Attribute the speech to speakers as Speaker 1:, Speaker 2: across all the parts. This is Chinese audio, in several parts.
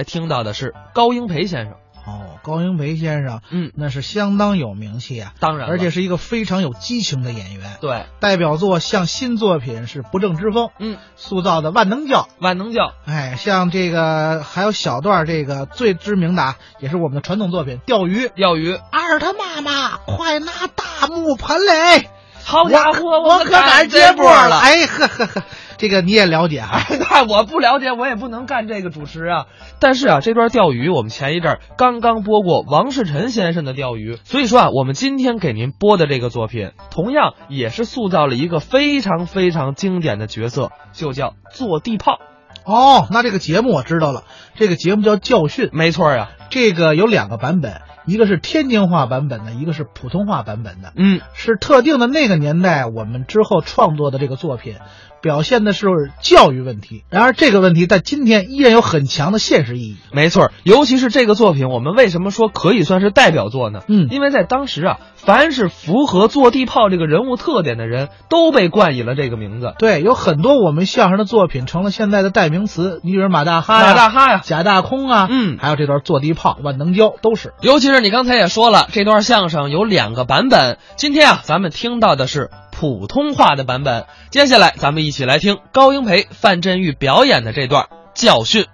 Speaker 1: 还哎听到的是高英培先生。
Speaker 2: 哦，高英培先生
Speaker 1: 嗯，
Speaker 2: 那是相当有名气啊，
Speaker 1: 当然了，
Speaker 2: 而且是一个非常有激情的演员。
Speaker 1: 对，
Speaker 2: 代表作像新作品是《不正之风》，
Speaker 1: 嗯，
Speaker 2: 塑造的万能教。
Speaker 1: 万能教
Speaker 2: 哎，像这个还有小段儿这个最知名的啊，也是我们的传统作品《钓鱼》。
Speaker 1: 钓鱼，
Speaker 2: 二他妈妈，快拿大木盆来！
Speaker 1: 好家伙，
Speaker 2: 我可
Speaker 1: 可
Speaker 2: 敢
Speaker 1: 接
Speaker 2: 接
Speaker 1: 波
Speaker 2: 波
Speaker 1: 儿
Speaker 2: 了！
Speaker 1: 了。
Speaker 2: 哎呵呵呵，这个你也了解啊哈、
Speaker 1: 那哎我不了解，我也不能干这个主持啊。但是啊，这段钓鱼我们前一阵儿刚刚播过王世臣先生的钓鱼，所以说啊，我们今天给您播的这个作品，同样也是塑造了一个非常非常经典的角色，就叫坐地炮。
Speaker 2: 哦，那这个节目我知道了，这个节目叫《教训》，
Speaker 1: 没错啊呀、
Speaker 2: 这个有两个版本，一个是天津话版本的，一个是普通话版本的，
Speaker 1: 嗯，
Speaker 2: 是特定的那个年代我们之后创作的这个作品，表现的是教育问题。然而这个问题在今天依然有很强的现实意义。
Speaker 1: 没错，尤其是这个作品，我们为什么说可以算是代表作呢？
Speaker 2: 嗯
Speaker 1: 因为在当时啊，凡是符合坐地炮这个人物特点的人，都被冠以了这个名字。
Speaker 2: 对，有很多我们相声的作品成了现在的代名词，你比如马大哈呀、
Speaker 1: 马大哈呀，
Speaker 2: 贾大空啊，
Speaker 1: 嗯
Speaker 2: 还有这段坐地炮、万能胶都是。
Speaker 1: 尤其是你刚才也说了，这段相声有两个版本，今天啊，咱们听到的是普通话的版本。接下来，咱们一起来听高英培、范振钰表演的这段教训。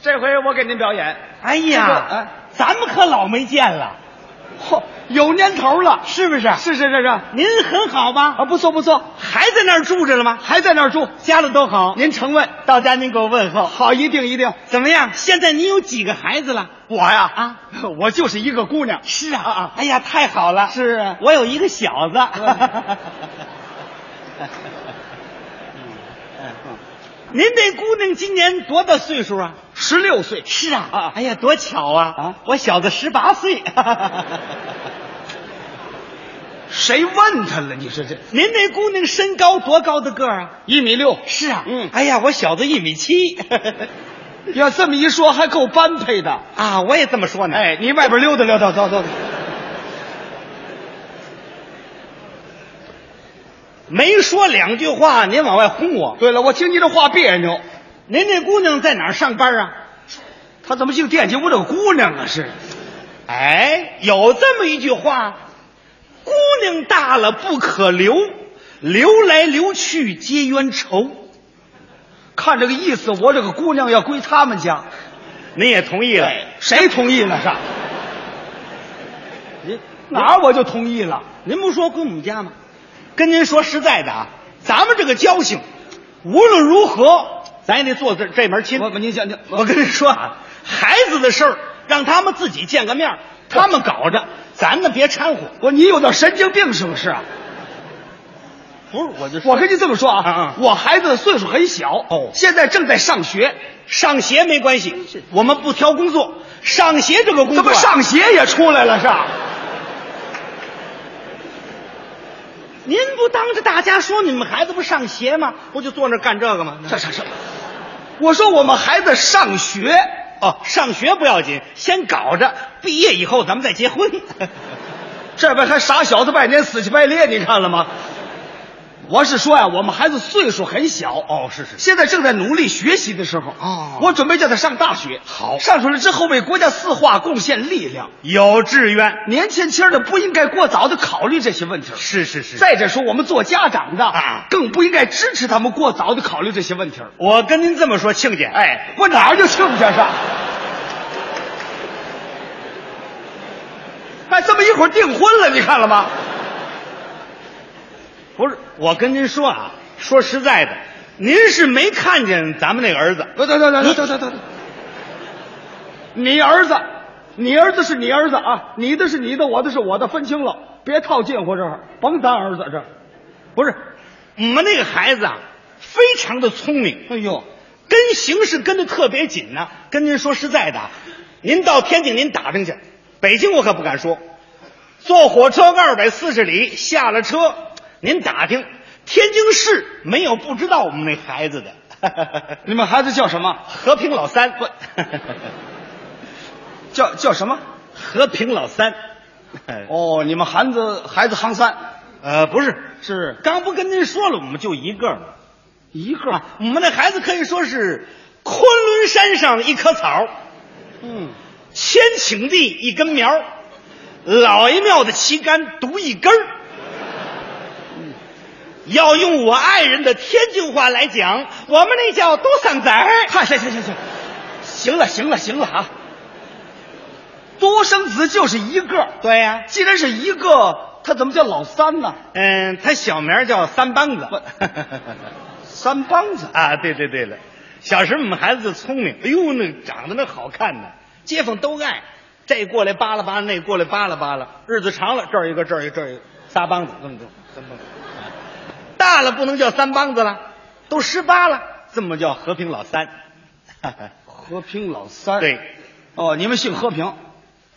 Speaker 3: 这回我给您表演，
Speaker 4: 哎
Speaker 3: 啊
Speaker 4: 呀，咱们可老没见了，
Speaker 3: 嚯，有年头了，
Speaker 4: 是不是？
Speaker 3: 是是是是，啊，
Speaker 4: 您很好吧？
Speaker 3: 不错不错，
Speaker 4: 还在那儿住着了吗？
Speaker 3: 还在那儿住，
Speaker 4: 家里都好。
Speaker 3: 您承问，
Speaker 4: 到家您给我问候，
Speaker 3: 好，一定一定，
Speaker 4: 怎么样？现在您有几个孩子了？
Speaker 3: 我呀
Speaker 4: 啊，
Speaker 3: 我就是一个姑娘，
Speaker 4: 是啊
Speaker 3: 啊啊
Speaker 4: 哎呀，太好了！
Speaker 3: 是啊
Speaker 4: 我有一个小 子。
Speaker 3: 嗯
Speaker 4: 您这姑娘今年多大岁数啊？
Speaker 3: 十六岁，
Speaker 4: 是啊，
Speaker 3: 啊
Speaker 4: 哎呀，多巧啊！
Speaker 3: 啊
Speaker 4: 我小子十八岁。
Speaker 3: 谁问他了？你说这
Speaker 4: 您这姑娘身高多高的个儿啊？
Speaker 3: 一米六，
Speaker 4: 是啊，
Speaker 3: 嗯
Speaker 4: 哎呀，我小子一米七，
Speaker 3: 要这么一说还够般配的。
Speaker 4: 啊，我也这么说呢。
Speaker 3: 哎，你外边溜达溜达，走走走。
Speaker 4: 没说两句话，您往外轰我。
Speaker 3: 对了，我听您这话别扭，
Speaker 4: 您这姑娘在哪儿上班啊？
Speaker 3: 她怎么净惦记我这个姑娘啊？是，
Speaker 4: 哎，有这么一句话，姑娘大了不可留，留来留去皆冤仇。
Speaker 3: 看这个意思，我这个姑娘要归他们家，
Speaker 4: 您也同意了？
Speaker 3: 谁同意了？是？哪儿我就同意了。
Speaker 4: 您不说归我们家吗？跟您说实在的啊，咱们这个交情，无论如何，咱也得做这这门亲。
Speaker 3: 我您讲讲，
Speaker 4: 我跟你说啊，孩子的事儿让他们自己见个面儿，他们搞着，咱们别掺和。
Speaker 3: 我你有点神经病是不是啊？
Speaker 4: 不是，我就
Speaker 3: 我跟你这么说
Speaker 4: 啊
Speaker 3: 啊，
Speaker 4: 啊
Speaker 3: 我孩子岁数很小，
Speaker 4: 哦
Speaker 3: 现在正在上学，
Speaker 4: 上学没关系，我们不挑工作，上学这个工
Speaker 3: 怎
Speaker 4: 作
Speaker 3: 么
Speaker 4: 啊
Speaker 3: 上学也出来了是吧？
Speaker 4: 您不当着大家说你们孩子不上学吗？不就坐那儿干这个吗？
Speaker 3: 这这这，我说我们孩子上学，
Speaker 4: 哦，上学不要紧，先搞着，毕业以后咱们再结婚。
Speaker 3: 这边还傻小子拜年死乞白咧，你看了吗？我是说呀、我们孩子岁数很小哦，是是，现在正在努力学习的时候
Speaker 4: 哦
Speaker 3: 我准备叫他上大学，好，上出来之后为国家四化贡献力量。
Speaker 4: 有志愿，
Speaker 3: 年轻轻的不应该过早的考虑这些问题。
Speaker 4: 是是是
Speaker 3: 再者说，我们做家长的
Speaker 4: 啊
Speaker 3: 更不应该支持他们过早的考虑这些问题。
Speaker 4: 我跟您这么说，庆姐，
Speaker 3: 哎，我哪儿就听不见上。哎，这么一会儿订婚了，你看了吗？
Speaker 4: 不是，我跟您说啊，说实在的，您是没看见咱们那个儿子，
Speaker 3: 等等等等等等等，你儿子，你儿子是你儿子啊，你的是你的，我的是我的，分清了，别套近乎这儿，甭咱儿子这儿。
Speaker 4: 不是，我们那个孩子啊，非常的聪明，
Speaker 3: 哎呦，
Speaker 4: 跟形势跟的特别紧呢、跟您说实在的啊，您到天津您打听去，北京我可不敢说。坐火车二百四十里，下了车，您打听，天津市没有不知道我们那孩子的。
Speaker 3: 你们孩子叫什么？
Speaker 4: 和平老三，
Speaker 3: 叫叫什么？
Speaker 4: 和平老三，
Speaker 3: 哦，你们孩子孩子行三
Speaker 4: 呃，不是，
Speaker 3: 是
Speaker 4: 刚不跟您说了，我们就一个吗？
Speaker 3: 一个
Speaker 4: 啊，我们那孩子可以说是昆仑山上一棵草，
Speaker 3: 嗯，
Speaker 4: 千顷地一根苗儿，老爷庙的旗杆独一根儿。
Speaker 3: 嗯
Speaker 4: 要用我爱人的天津话来讲，我们那叫多三仔儿。
Speaker 3: 嗨，行行行行，行了行了行了啊！多生子就是一个，
Speaker 4: 对呀、
Speaker 3: 既然是一个，他怎么叫老三呢？
Speaker 4: 嗯，他小名叫三帮子。
Speaker 3: 三帮子，
Speaker 4: 啊，对对对了，小时候我们孩子聪明，哎呦，那长得那好看呢，街坊都爱，这过来扒拉扒拉，那过来扒拉扒拉，日子长了，这儿一个，这儿一个，这儿一个，仨帮子，这么多，三帮子。啊大了不能叫三帮子了，都十八了，这么叫和平老三。
Speaker 3: 和平老三。
Speaker 4: 对，
Speaker 3: 哦，你们姓和平，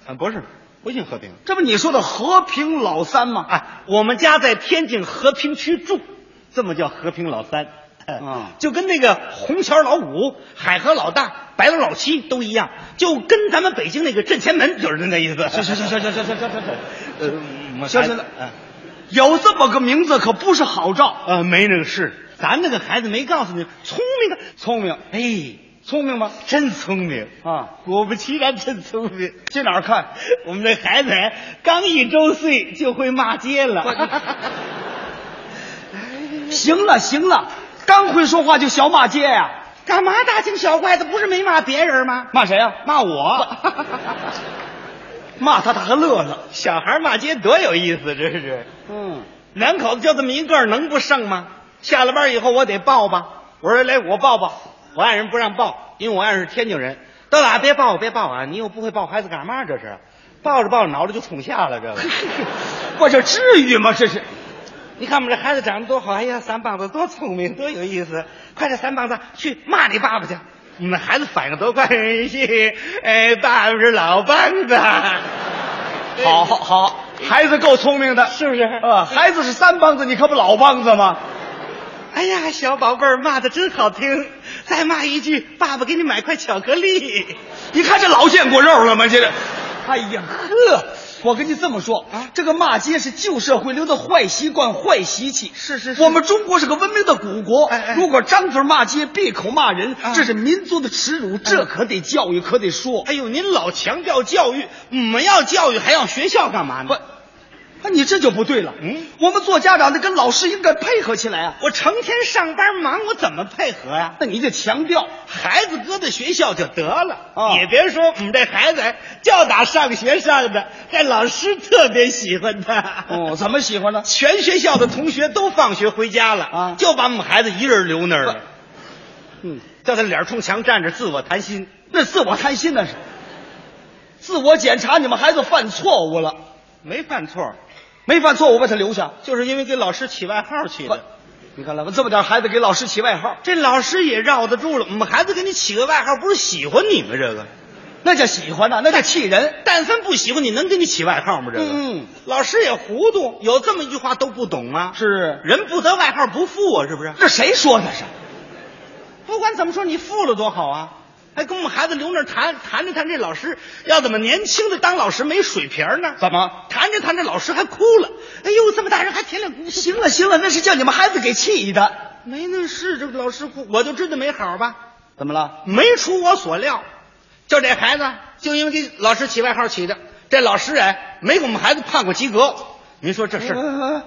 Speaker 4: 啊，不是，不姓和平
Speaker 3: 这不你说的和平老三吗？
Speaker 4: 啊，我们家在天津和平区住，这么叫和平老三。
Speaker 3: 啊
Speaker 4: 就跟那个红桥老五、海河老大、白楼老七都一样，就跟咱们北京那个镇前门就是那意思。
Speaker 3: 行行行行行行行行行行，
Speaker 4: 呃，我哎
Speaker 3: 行
Speaker 4: 孩子
Speaker 3: 行了，有这么个名字可不是好兆，
Speaker 4: 呃，没那个事，咱那个孩子没告诉你，聪明啊，聪明，哎，
Speaker 3: 聪明吗？
Speaker 4: 真聪明
Speaker 3: 啊！
Speaker 4: 果不其然，真聪明。
Speaker 3: 去哪儿看？
Speaker 4: 我们这孩子刚一周岁就会骂街了。
Speaker 3: 行了行了，刚会说话就小骂街呀、
Speaker 4: 干嘛大惊小怪的？不是没骂别人吗？
Speaker 3: 骂谁呀、
Speaker 4: 骂我，
Speaker 3: 骂他他还乐了。
Speaker 4: 小孩骂街多有意思，这是。
Speaker 3: 嗯，
Speaker 4: 两口子就这么一个儿，能不剩吗？下了班以后我得抱吧。我说来，我抱抱。我爱人不让抱，因为我爱人是天津人。到哪别抱我，别抱啊！你又不会抱孩子干嘛？这是，抱着抱着脑袋就捅下了。这个，
Speaker 3: 我这至于吗？这是
Speaker 4: 你看我们这孩子长得多好！哎呀，三棒子多聪明，多有意思！快点，三棒子去骂你爸爸去。我们孩子反应多快！哎，爸爸是老棒子，
Speaker 3: 好好好，孩子够聪明的，
Speaker 4: 是不是？
Speaker 3: 啊，孩子是三帮子，你可不老帮子吗？
Speaker 4: 哎呀，小宝贝儿骂的真好听，再骂一句，爸爸给你买块巧克力。
Speaker 3: 你看这老见过肉了吗？这，哎呀呵，我跟你这么说啊，这个骂街是旧社会留的坏习惯、坏习气。
Speaker 4: 是是是
Speaker 3: 我们中国是个文明的古国，
Speaker 4: 哎哎
Speaker 3: 如果张嘴骂街、闭口骂人，
Speaker 4: 啊
Speaker 3: 这是民族的耻辱，这可得教育，可得说。
Speaker 4: 哎呦，您老强调教育，我们要教育还要学校干嘛呢？
Speaker 3: 不，啊，你这就不对了。
Speaker 4: 嗯，
Speaker 3: 我们做家长的跟老师应该配合起来啊。
Speaker 4: 我成天上班忙，我怎么配合呀、
Speaker 3: 那你就强调，
Speaker 4: 孩子搁在学校就得了，
Speaker 3: 哦
Speaker 4: 也别说我们这孩子就打上学上的，这老师特别喜欢他。
Speaker 3: 哦，怎么喜欢呢？
Speaker 4: 全学校的同学都放学回家了
Speaker 3: 啊
Speaker 4: 就把我们孩子一人留那儿了，
Speaker 3: 嗯，
Speaker 4: 叫他脸冲墙站着，自我谈心。
Speaker 3: 那自我贪心那是，自我检查你们孩子犯错误了，
Speaker 4: 没犯错，
Speaker 3: 没犯错误把他留下。
Speaker 4: 就是因为给老师起外号起
Speaker 3: 不
Speaker 4: 的。
Speaker 3: 你看来吧，这么点孩子给老师起外号，
Speaker 4: 这老师也绕得住了，我们孩子给你起个外号，不是喜欢你吗？这个，
Speaker 3: 那叫喜欢呐、那叫气人。
Speaker 4: 但凡不喜欢你，能给你起外号吗？这个，
Speaker 3: 嗯，
Speaker 4: 老师也糊涂，有这么一句话都不懂吗？
Speaker 3: 是，
Speaker 4: 人不得外号不富啊，是不是？
Speaker 3: 这谁说的是？
Speaker 4: 不管怎么说，你富了多好啊！还跟我们孩子留那儿谈谈着谈着，这老师要怎么年轻的当老师没水平呢？
Speaker 3: 怎么？
Speaker 4: 谈着谈着，老师还哭了。哎呦，这么大人还舔脸哭，
Speaker 3: 行了行了，那是叫你们孩子给气的。
Speaker 4: 没那事，这老师哭，我就知道没好吧。
Speaker 3: 怎么了？
Speaker 4: 没出我所料，就这孩子就因为给老师起外号起的，这老师哎没给我们孩子判过及格。您说这事儿？
Speaker 3: 是，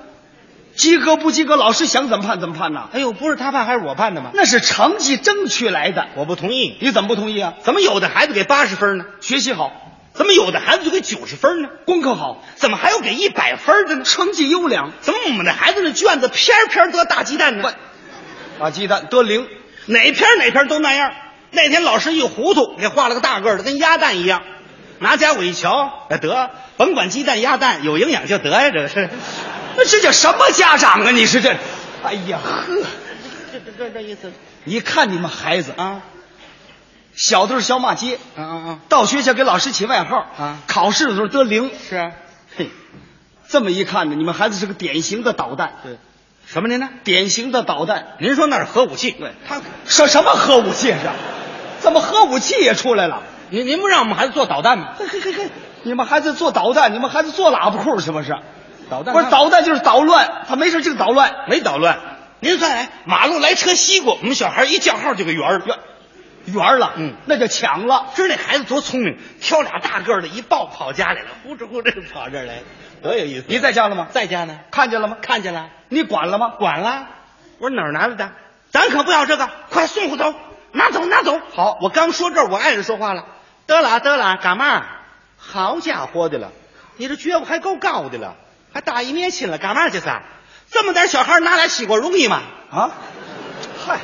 Speaker 3: 及格不及格，老师想怎么判怎么判呐？
Speaker 4: 哎呦，不是他判还是我判的吗？
Speaker 3: 那是成绩争取来的。
Speaker 4: 我不同意。
Speaker 3: 你怎么不同意啊？
Speaker 4: 怎么有的孩子给八十分呢？
Speaker 3: 学习好，
Speaker 4: 怎么有的孩子就给九十分呢？
Speaker 3: 功课好，
Speaker 4: 怎么还有给一百分的呢？
Speaker 3: 成绩优良，
Speaker 4: 怎么我们的孩子的卷子篇儿篇儿得大鸡蛋呢？
Speaker 3: 把鸡蛋得零。
Speaker 4: 哪篇儿哪篇儿都那样。那天老师一糊涂，给画了个大个儿的，跟鸭蛋一样。拿家我一瞧，哎得，甭管鸡蛋鸭蛋，有营养就得呀，这个是。
Speaker 3: 那这叫什么家长啊？你是这？哎呀呵，
Speaker 4: 这这这这意思
Speaker 3: 你看你们孩子啊，
Speaker 4: 啊
Speaker 3: 小的时候小骂街，
Speaker 4: 啊啊啊！
Speaker 3: 到学校给老师起外号
Speaker 4: 啊
Speaker 3: 考试的时候得零。
Speaker 4: 是啊，
Speaker 3: 嘿，这么一看呢，你们孩子是个典型的捣蛋，
Speaker 4: 对，什么您呢？
Speaker 3: 典型的捣蛋。
Speaker 4: 您说那是核武器？
Speaker 3: 对
Speaker 4: 他
Speaker 3: 说什么核武
Speaker 4: 啊
Speaker 3: 器是？怎么核武器也出来了？
Speaker 4: 您您不让我们孩子做导弹吗？
Speaker 3: 嘿嘿嘿嘿，你们孩子做捣蛋，你们孩子做喇叭裤是不是？
Speaker 4: 导
Speaker 3: 不
Speaker 4: 不
Speaker 3: 是
Speaker 4: 是导
Speaker 3: 捣蛋就是捣乱，他没事净捣乱。
Speaker 4: 没捣乱。您算来，马路来车西瓜，我们小孩一叫号就给圆儿。
Speaker 3: 圆了，
Speaker 4: 嗯
Speaker 3: 那就抢了。
Speaker 4: 知道那孩子多聪明，挑俩大个儿的一抱跑家里了，呼哧呼哧跑这儿来了，多有意思！啊
Speaker 3: 你在家了吗？
Speaker 4: 在家呢，
Speaker 3: 看见了吗？
Speaker 4: 看见了，
Speaker 3: 你管了吗？
Speaker 4: 管了。我说哪儿拿来的？咱可不要这个，快送回头，拿走拿走。好，我刚说这儿，我爱人说话了，得了啊得了啊，干嘛？好家伙的了，你这觉悟还够高的了，还打一面亲了，干嘛去噻？这么点小孩拿来洗过容易吗？
Speaker 3: 啊，嗨，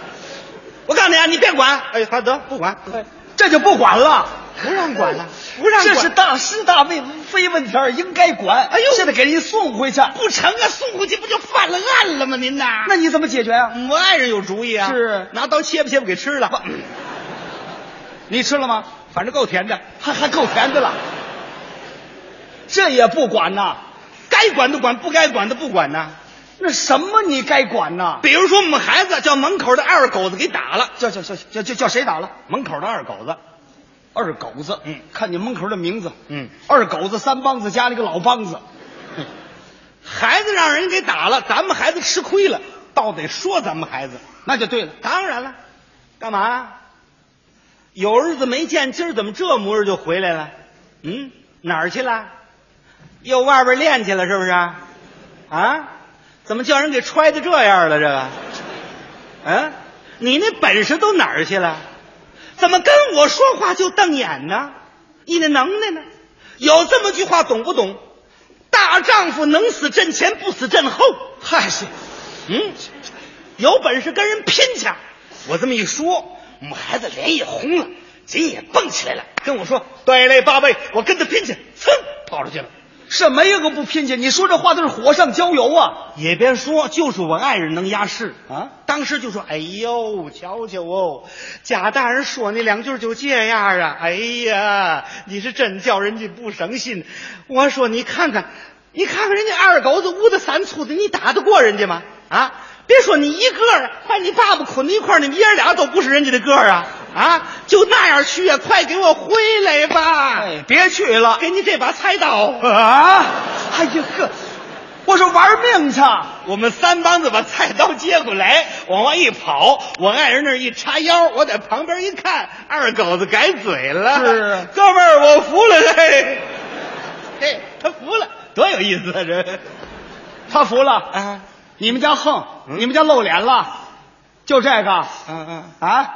Speaker 4: 我告诉你啊，你别管。哎，好得不管，
Speaker 3: 这就不管了，
Speaker 4: 不让管了，不让管。
Speaker 3: 这是大是大非非问题儿，应该管。哎呦，现在给人家送回去，
Speaker 4: 不成啊，送回去不就犯了案了吗？您呐，
Speaker 3: 那你怎么解决啊？
Speaker 4: 我爱人有主意啊，
Speaker 3: 是
Speaker 4: 拿刀切吧切吧给吃了，
Speaker 3: 你吃了吗？
Speaker 4: 反正够甜的，
Speaker 3: 还还够甜的了，这也不管呐？
Speaker 4: 该管的管，不该管的不管呐。
Speaker 3: 那什么你该管呐？
Speaker 4: 比如说我们孩子叫门口的二狗子给打了，
Speaker 3: 叫叫叫叫叫叫谁打了？
Speaker 4: 门口的二狗子，
Speaker 3: 二狗子，
Speaker 4: 嗯
Speaker 3: 看你门口的名字，
Speaker 4: 嗯，
Speaker 3: 二狗子三帮子加了一个老帮子，
Speaker 4: 孩子让人给打了，咱们孩子吃亏了，倒得说咱们孩子。
Speaker 3: 那就对了。
Speaker 4: 当然了，干嘛？有日子没见，今儿怎么这模样就回来了？嗯，哪儿去了？又外边练去了是不是？啊？怎么叫人给揣的这样了？这个，嗯，你那本事都哪儿去了？怎么跟我说话就瞪眼呢？你那能耐呢？有这么句话懂不懂？大丈夫能死阵前，不死阵后。
Speaker 3: 嗨，是
Speaker 4: 嗯，有本事跟人拼去！我这么一说，我们孩子脸也红了，筋也蹦起来了，跟我说：“对嘞，八贝，我跟他拼去！”噌，跑出去了。
Speaker 3: 什么一个不拼劲？你说这话都是火上浇油啊！
Speaker 4: 也别说，就是我爱人能压势
Speaker 3: 啊！
Speaker 4: 当时就说：“哎呦，瞧瞧哦，贾大人说你两句就这样啊！哎呀，你是真叫人家不省心。我说你看看，你看看人家二狗子屋子三粗的，你打得过人家吗？啊！别说你一个儿，把你爸爸捆在一块儿，你们爷儿俩都不是人家的个儿啊！啊，就那样去啊！快给我回来吧！
Speaker 3: 哎，别去了
Speaker 4: 给你这把菜刀。
Speaker 3: 啊！哎呀呵，我说玩命去！
Speaker 4: 我们三帮子把菜刀接过来，往外一跑，我爱人那儿一叉腰，我在旁边一看，二狗子改嘴了，
Speaker 3: 是啊
Speaker 4: 哥们儿，我服了嘿， 嘿，他服了，多有意思啊这
Speaker 3: 他服了，
Speaker 4: 啊，
Speaker 3: 你们家横，
Speaker 4: 嗯
Speaker 3: 你们家露脸了，就这个
Speaker 4: 啊啊，
Speaker 3: 啊！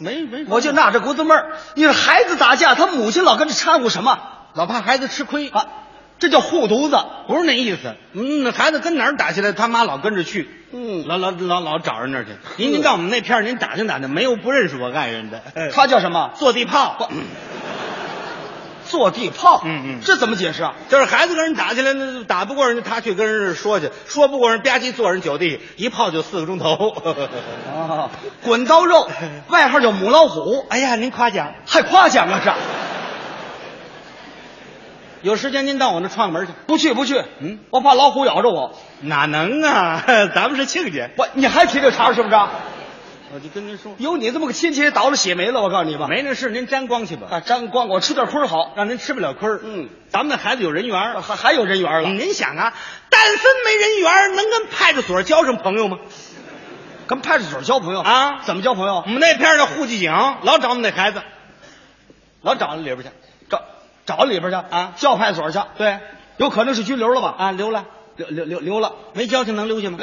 Speaker 4: 没没，
Speaker 3: 我就纳着骨子闷儿，你说孩子打架，他母亲老跟着掺和什么
Speaker 4: 老怕孩子吃亏，
Speaker 3: 啊？这叫护犊子。
Speaker 4: 不是那意思，嗯，那孩子跟哪儿打起来，他妈老跟着去。
Speaker 3: 嗯
Speaker 4: 老老老老找人那儿去。您您到我们那片儿，您打听打听，没有不认识我爱人的。
Speaker 3: 他叫什么？
Speaker 4: 哎坐地炮，
Speaker 3: 坐地炮。
Speaker 4: 嗯嗯
Speaker 3: 这怎么解释啊？
Speaker 4: 就是孩子跟人打起来，那打不过人家，他去跟人说去，说不过人，吧唧坐人酒地，一泡就四个 钟头。
Speaker 3: 啊，滚刀 肉，外号叫母老虎，
Speaker 4: 哎呀，您夸奖，
Speaker 3: 还夸奖啊这？
Speaker 4: 有时间您到我那串个门去。
Speaker 3: 不去不去，
Speaker 4: 嗯，
Speaker 3: 我怕老虎咬着我。
Speaker 4: 哪能啊？ 咱们是亲家，
Speaker 3: 我你还提这茬儿是不是啊？
Speaker 4: 我就跟您说，
Speaker 3: 有你这么个亲戚，倒了血霉了，我告诉你吧。
Speaker 4: 没那事，您沾光去吧，
Speaker 3: 啊，沾光，我吃点亏儿好，
Speaker 4: 让您吃不了亏儿。
Speaker 3: 嗯，啊
Speaker 4: 咱们那孩子有人缘儿。
Speaker 3: 还还有人缘了，
Speaker 4: 您想啊，但凡没人缘儿，能跟派出所交上朋友吗？
Speaker 3: 跟派出所交朋友
Speaker 4: 啊
Speaker 3: 怎么交朋友
Speaker 4: 我？们那片儿的户籍警老找我们那孩子，老找那里边去。
Speaker 3: 找找里边去
Speaker 4: 啊
Speaker 3: 叫派出所去。
Speaker 4: 对，
Speaker 3: 有可能是拘留了吧？
Speaker 4: 啊，留了，
Speaker 3: 留留留留了，
Speaker 4: 没交情能留下吗？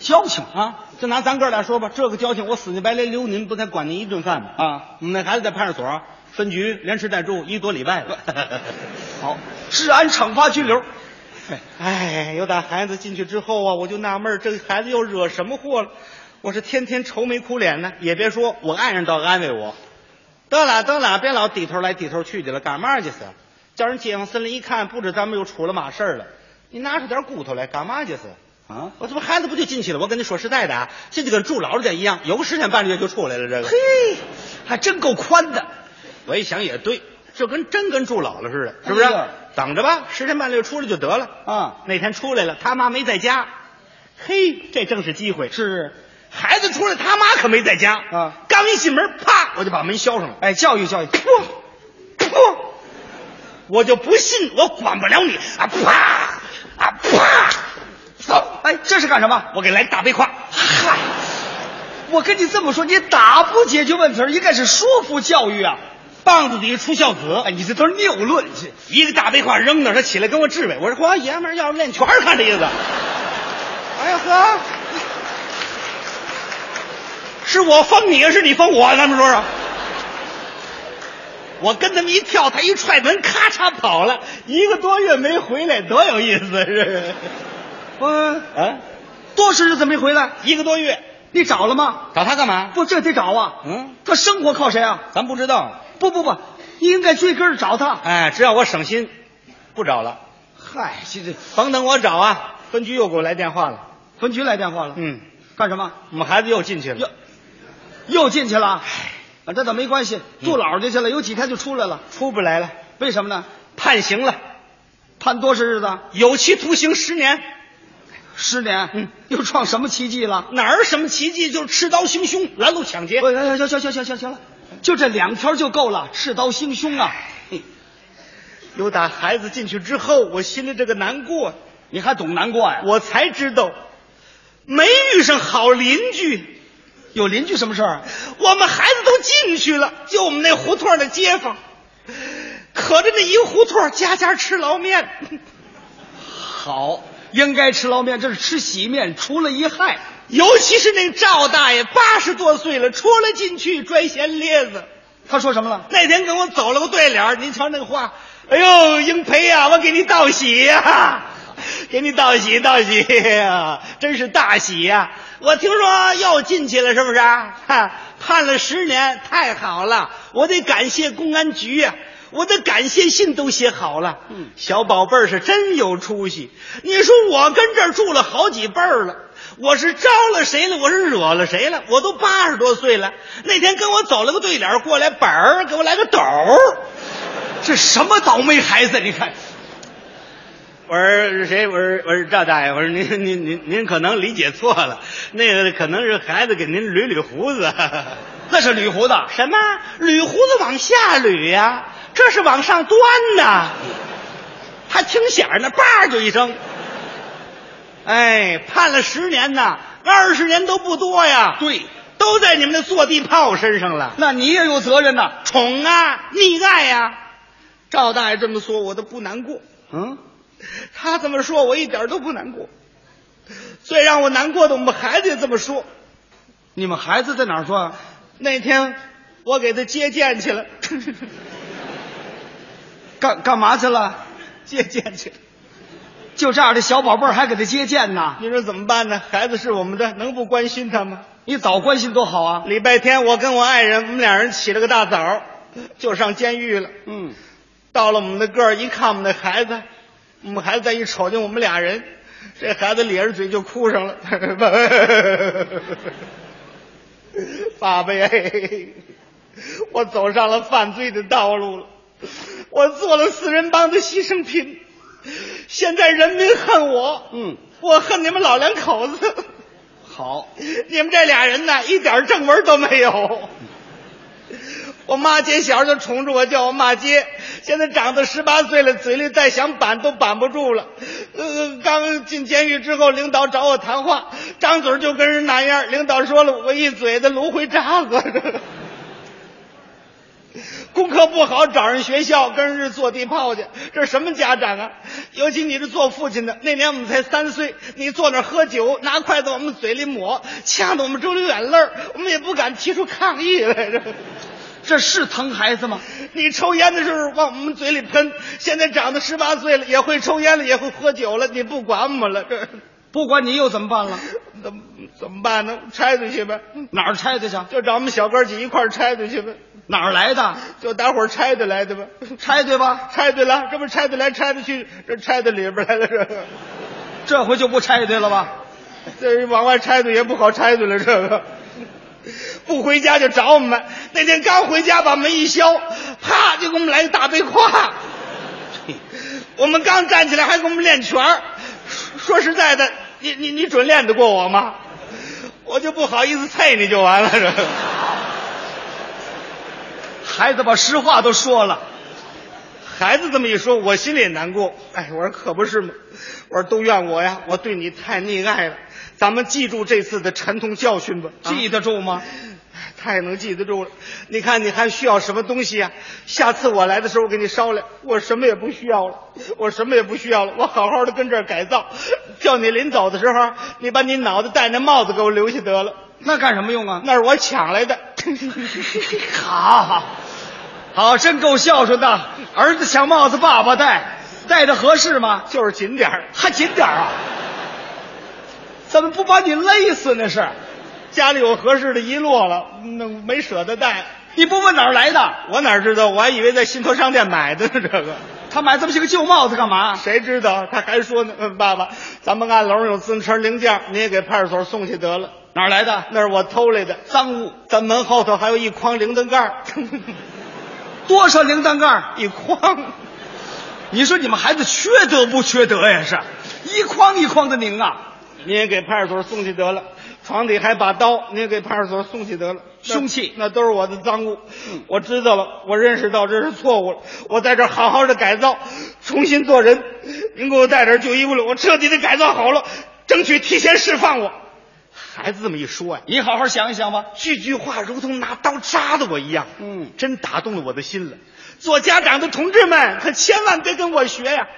Speaker 3: 交情
Speaker 4: 啊，就拿咱哥俩说吧，这个交情，我死乞白赖留您，不才管您一顿饭吗？
Speaker 3: 啊，
Speaker 4: 我们那孩子在派出所分局连吃带住一个多礼拜了。
Speaker 3: 好，治安惩罚拘留。
Speaker 4: 哎，有打孩子进去之后啊，我就纳闷儿，这孩子又惹什么祸了？我是天天愁眉苦脸呢。也别说我爱人倒安慰我，得了得了，别老低头来低头去的了，干嘛去是？叫人街坊森林一看，不知咱们又出了嘛事儿了。你拿出点骨头来干嘛去是？
Speaker 3: 啊，
Speaker 4: 我这不孩子不就进去了？我跟你说实在的啊，这就跟住牢里的一样，有个十天半个月就出来了。这个，
Speaker 3: 嘿，还真够宽的。
Speaker 4: 我一想也对，这跟真跟住牢了似的，是不是？
Speaker 3: 哎呀
Speaker 4: 等着吧，十天半个月出来就得了。
Speaker 3: 啊，
Speaker 4: 那天出来了，他妈没在家，嘿，这正是机会。
Speaker 3: 是，
Speaker 4: 孩子出来，他妈可没在家
Speaker 3: 啊。
Speaker 4: 刚一进门，啪，我就把门销上了。
Speaker 3: 哎，教育教育，
Speaker 4: 噗，噗，我就不信我管不了你啊！啪啊啪，走。
Speaker 3: 哎，这是干什么？
Speaker 4: 我给来个大背胯。嗨，
Speaker 3: 我跟你这么说，你打不解决问题儿，应该是说服教育啊！
Speaker 4: 棒子底下出孝子
Speaker 3: 哎，，你这都是谬论去。
Speaker 4: 一个大背胯扔那儿，他起来跟我质问，我说光爷们儿要是练拳儿看这意思。哎呀呵，是我封你，是你封我，咱们说说。我跟他们一跳，他一踹门，咔嚓跑了，一个多月没回来，多有意思，是
Speaker 3: 嗯、
Speaker 4: 不是？啊，
Speaker 3: 多少日子没回来，
Speaker 4: 一个多月，
Speaker 3: 你找了吗？
Speaker 4: 找他干嘛？
Speaker 3: 不，这得找啊。
Speaker 4: 嗯，
Speaker 3: 他生活靠谁啊？
Speaker 4: 咱不知道。
Speaker 3: 不不不，应该追根儿找他。
Speaker 4: 哎，只要我省心，不找了。
Speaker 3: 嗨，这这
Speaker 4: 甭等我找啊，分局又给我来电话了。
Speaker 3: 分局来电话了，
Speaker 4: 嗯，
Speaker 3: 干什么？
Speaker 4: 我们孩子又进去
Speaker 3: 又
Speaker 4: 了，
Speaker 3: 又进去了。啊，这倒没关系，住老家去了，有几天就出来了。
Speaker 4: 出不来了，
Speaker 3: 为什么呢？
Speaker 4: 判刑了，
Speaker 3: 判多少日子？
Speaker 4: 有期徒刑十年。
Speaker 3: 十年。
Speaker 4: 嗯，
Speaker 3: 又创什么奇迹了？
Speaker 4: 哪儿什么奇迹？就是持刀行凶、拦路抢劫。
Speaker 3: 哎哎哎行行行行行行了，就这两条就够了，赤刀行凶啊！
Speaker 4: 有打孩子进去之后，我心里这个难过，
Speaker 3: 你还懂难过呀、
Speaker 4: 我才知道，没遇上好邻居。
Speaker 3: 有邻居什么事儿？啊
Speaker 4: 我们孩子都进去了，就我们那胡同儿的街坊，可着那一胡同儿家家吃捞面，
Speaker 3: 好，应该吃捞面，这是吃喜面，除了一害。
Speaker 4: 尤其是那赵大爷，八十多岁了，出来进去拽闲咧子。
Speaker 3: 他说什么了？
Speaker 4: 那天跟我走了个对脸儿，您瞧那个话，哎呦，英培呀、我给你道喜呀、 给你道喜道喜 呀、真是大喜呀、我听说又进去了，是不是啊？哈判了十年，太好了！我得感谢公安局呀、我的感谢信都写好了。嗯，小宝贝儿是真有出息。你说我跟这儿住了好几辈儿了。我是招了谁了？我是惹了谁了？我都八十多岁了。那天跟我走了个对脸，过来本儿给我来个斗儿。
Speaker 3: 这什么倒霉孩子？你看，
Speaker 4: 我说谁？我说我说赵大爷，我说您您您您可能理解错了，那个可能是孩子给您捋捋胡子。
Speaker 3: 那是捋胡子。
Speaker 4: 什么？捋胡子往下捋呀、这是往上端呐。还听响儿呢，叭就一声。哎，判了十年呐，二十年都不多呀。
Speaker 3: 对，
Speaker 4: 都在你们那坐地炮身上了。
Speaker 3: 那你也有责任呐。
Speaker 4: 宠啊，溺爱呀、赵大爷这么说，我都不难过。
Speaker 3: 嗯，
Speaker 4: 他这么说，我一点都不难过。最让我难过的，我们孩子也这么说。
Speaker 3: 你们孩子在哪儿说啊？
Speaker 4: 那天我给他接见去了，
Speaker 3: 干干嘛去了？
Speaker 4: 接见去了。
Speaker 3: 就这样的小宝贝儿还给他接见呢？
Speaker 4: 你说怎么办呢？孩子是我们的，能不关心他吗？
Speaker 3: 你早关心多好啊！
Speaker 4: 礼拜天，我跟我爱人，我们俩人起了个大早，就上监狱了。
Speaker 3: 嗯，
Speaker 4: 到了我们的个儿，一看我们的孩子，我们孩子再一瞅见我们俩人，这孩子咧着嘴就哭上了。 爸爸呀， 我走上了犯罪的道路了，我做了四人帮的牺牲品，现在人民恨我，
Speaker 3: 嗯，
Speaker 4: 我恨你们老两口子，
Speaker 3: 好，
Speaker 4: 你们这俩人呢，一点正文都没有。
Speaker 3: 嗯
Speaker 4: 我妈姐小时候就宠着我，叫我骂街。现在长到十八岁了，嘴里再想板都板不住了。呃，刚进监狱之后，领导找我谈话，张嘴就跟人那样。领导说了我一嘴的芦荟渣子。功课不好，找人学校跟人家坐地炮去，这是什么家长啊？尤其你是做父亲的，那年我们才三岁，你坐那儿喝酒，拿筷子往我们嘴里抹，呛得我们直流眼泪儿，我们也不敢提出抗议来着。
Speaker 3: 这是疼孩子吗？
Speaker 4: 你抽烟的时候往我们嘴里喷，现在长到十八岁了，也会抽烟了，也会喝酒了，你不管我们了，这
Speaker 3: 不管你又怎么办了？
Speaker 4: 怎么怎么办呢？拆出去呗，嗯
Speaker 3: 哪儿拆的去？
Speaker 4: 就找我们小哥几一块儿拆出去呗，
Speaker 3: 哪儿来的？
Speaker 4: 就大伙儿拆的来的呗。
Speaker 3: 拆对吧？
Speaker 4: 拆对了，这不拆的来拆的去，这拆到里边来了，这个
Speaker 3: 这回就不拆对了吧？
Speaker 4: 这往外拆的也不好拆对了，这个不回家就找我们。那天刚回家，把门一敲，啪就给我们来一大背胯。 我们刚站起来，还给我们练拳儿说说实在的，你你你准练得过我吗？我就不好意思啐你就完了，这个
Speaker 3: 孩子把实话都说了，
Speaker 4: 孩子这么一说，我心里也难过。哎，我说可不是嘛，我说都怨我呀，我对你太溺爱了。咱们记住这次的沉痛教训吧，啊
Speaker 3: 记得住吗？
Speaker 4: 太能记得住了。你看，你还需要什么东西呀、啊下次我来的时候，我给你捎来。我什么也不需要了，我什么也不需要了。我好好的跟这儿改造。叫你临走的时候，你把你脑袋戴那帽子给我留下得了，
Speaker 3: 那干什么用啊？
Speaker 4: 那是我抢来的。
Speaker 3: 好好好，真够孝顺的。儿子抢帽子，爸爸戴，戴的合适吗？
Speaker 4: 就是紧点儿，
Speaker 3: 还紧点儿啊！怎么不把你勒死那是？
Speaker 4: 家里有合适的遗落了，那没舍得带。
Speaker 3: 你不问哪儿来的？
Speaker 4: 我哪知道？我还以为在信托商店买的呢，这个
Speaker 3: 他买这么些个旧帽子干嘛？
Speaker 4: 谁知道？他还说呢，嗯爸爸，咱们按楼有自行车零件，你也给派出所送去得了。
Speaker 3: 哪儿来的？
Speaker 4: 那是我偷来的，
Speaker 3: 赃物，
Speaker 4: 咱门后头还有一筐铃铛盖儿，
Speaker 3: 多少铃铛盖儿？
Speaker 4: 一筐。
Speaker 3: 你说你们孩子缺德不缺德呀？是，一筐一筐的拧啊，
Speaker 4: 你也给派出所送去得了。床底还把刀，你也给派出所送去得了。那
Speaker 3: 凶器嗯
Speaker 4: 那都是我的赃物，我知道了，我认识到这是错误了，我在这儿好好的改造，重新做人。您给我带点旧衣服来，我彻底的改造好了，争取提前释放我。孩子这么一说呀、
Speaker 3: 你好好想一想吧。
Speaker 4: 句句话如同拿刀扎的我一样，
Speaker 3: 嗯
Speaker 4: 真打动了我的心了。做家长的同志们，可千万别跟我学呀！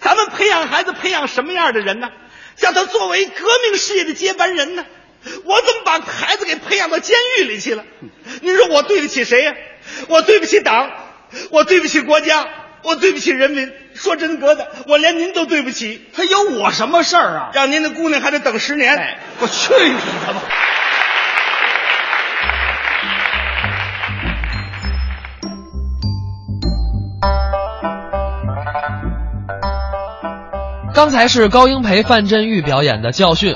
Speaker 4: 咱们培养孩子培养什么样的人呢？叫他作为革命事业的接班人呢？我怎么把孩子给培养到监狱里去了？
Speaker 3: 嗯
Speaker 4: 您说我对得起谁呀、我对不起党， 我对不起国家，我对不起人民。说真格的，我连您都对不起，
Speaker 3: 他有我什么事儿啊？
Speaker 4: 让您的姑娘还得等十年。
Speaker 3: 哎，我去你的吧！
Speaker 1: 刚才是高英培、范振钰表演的《教训》，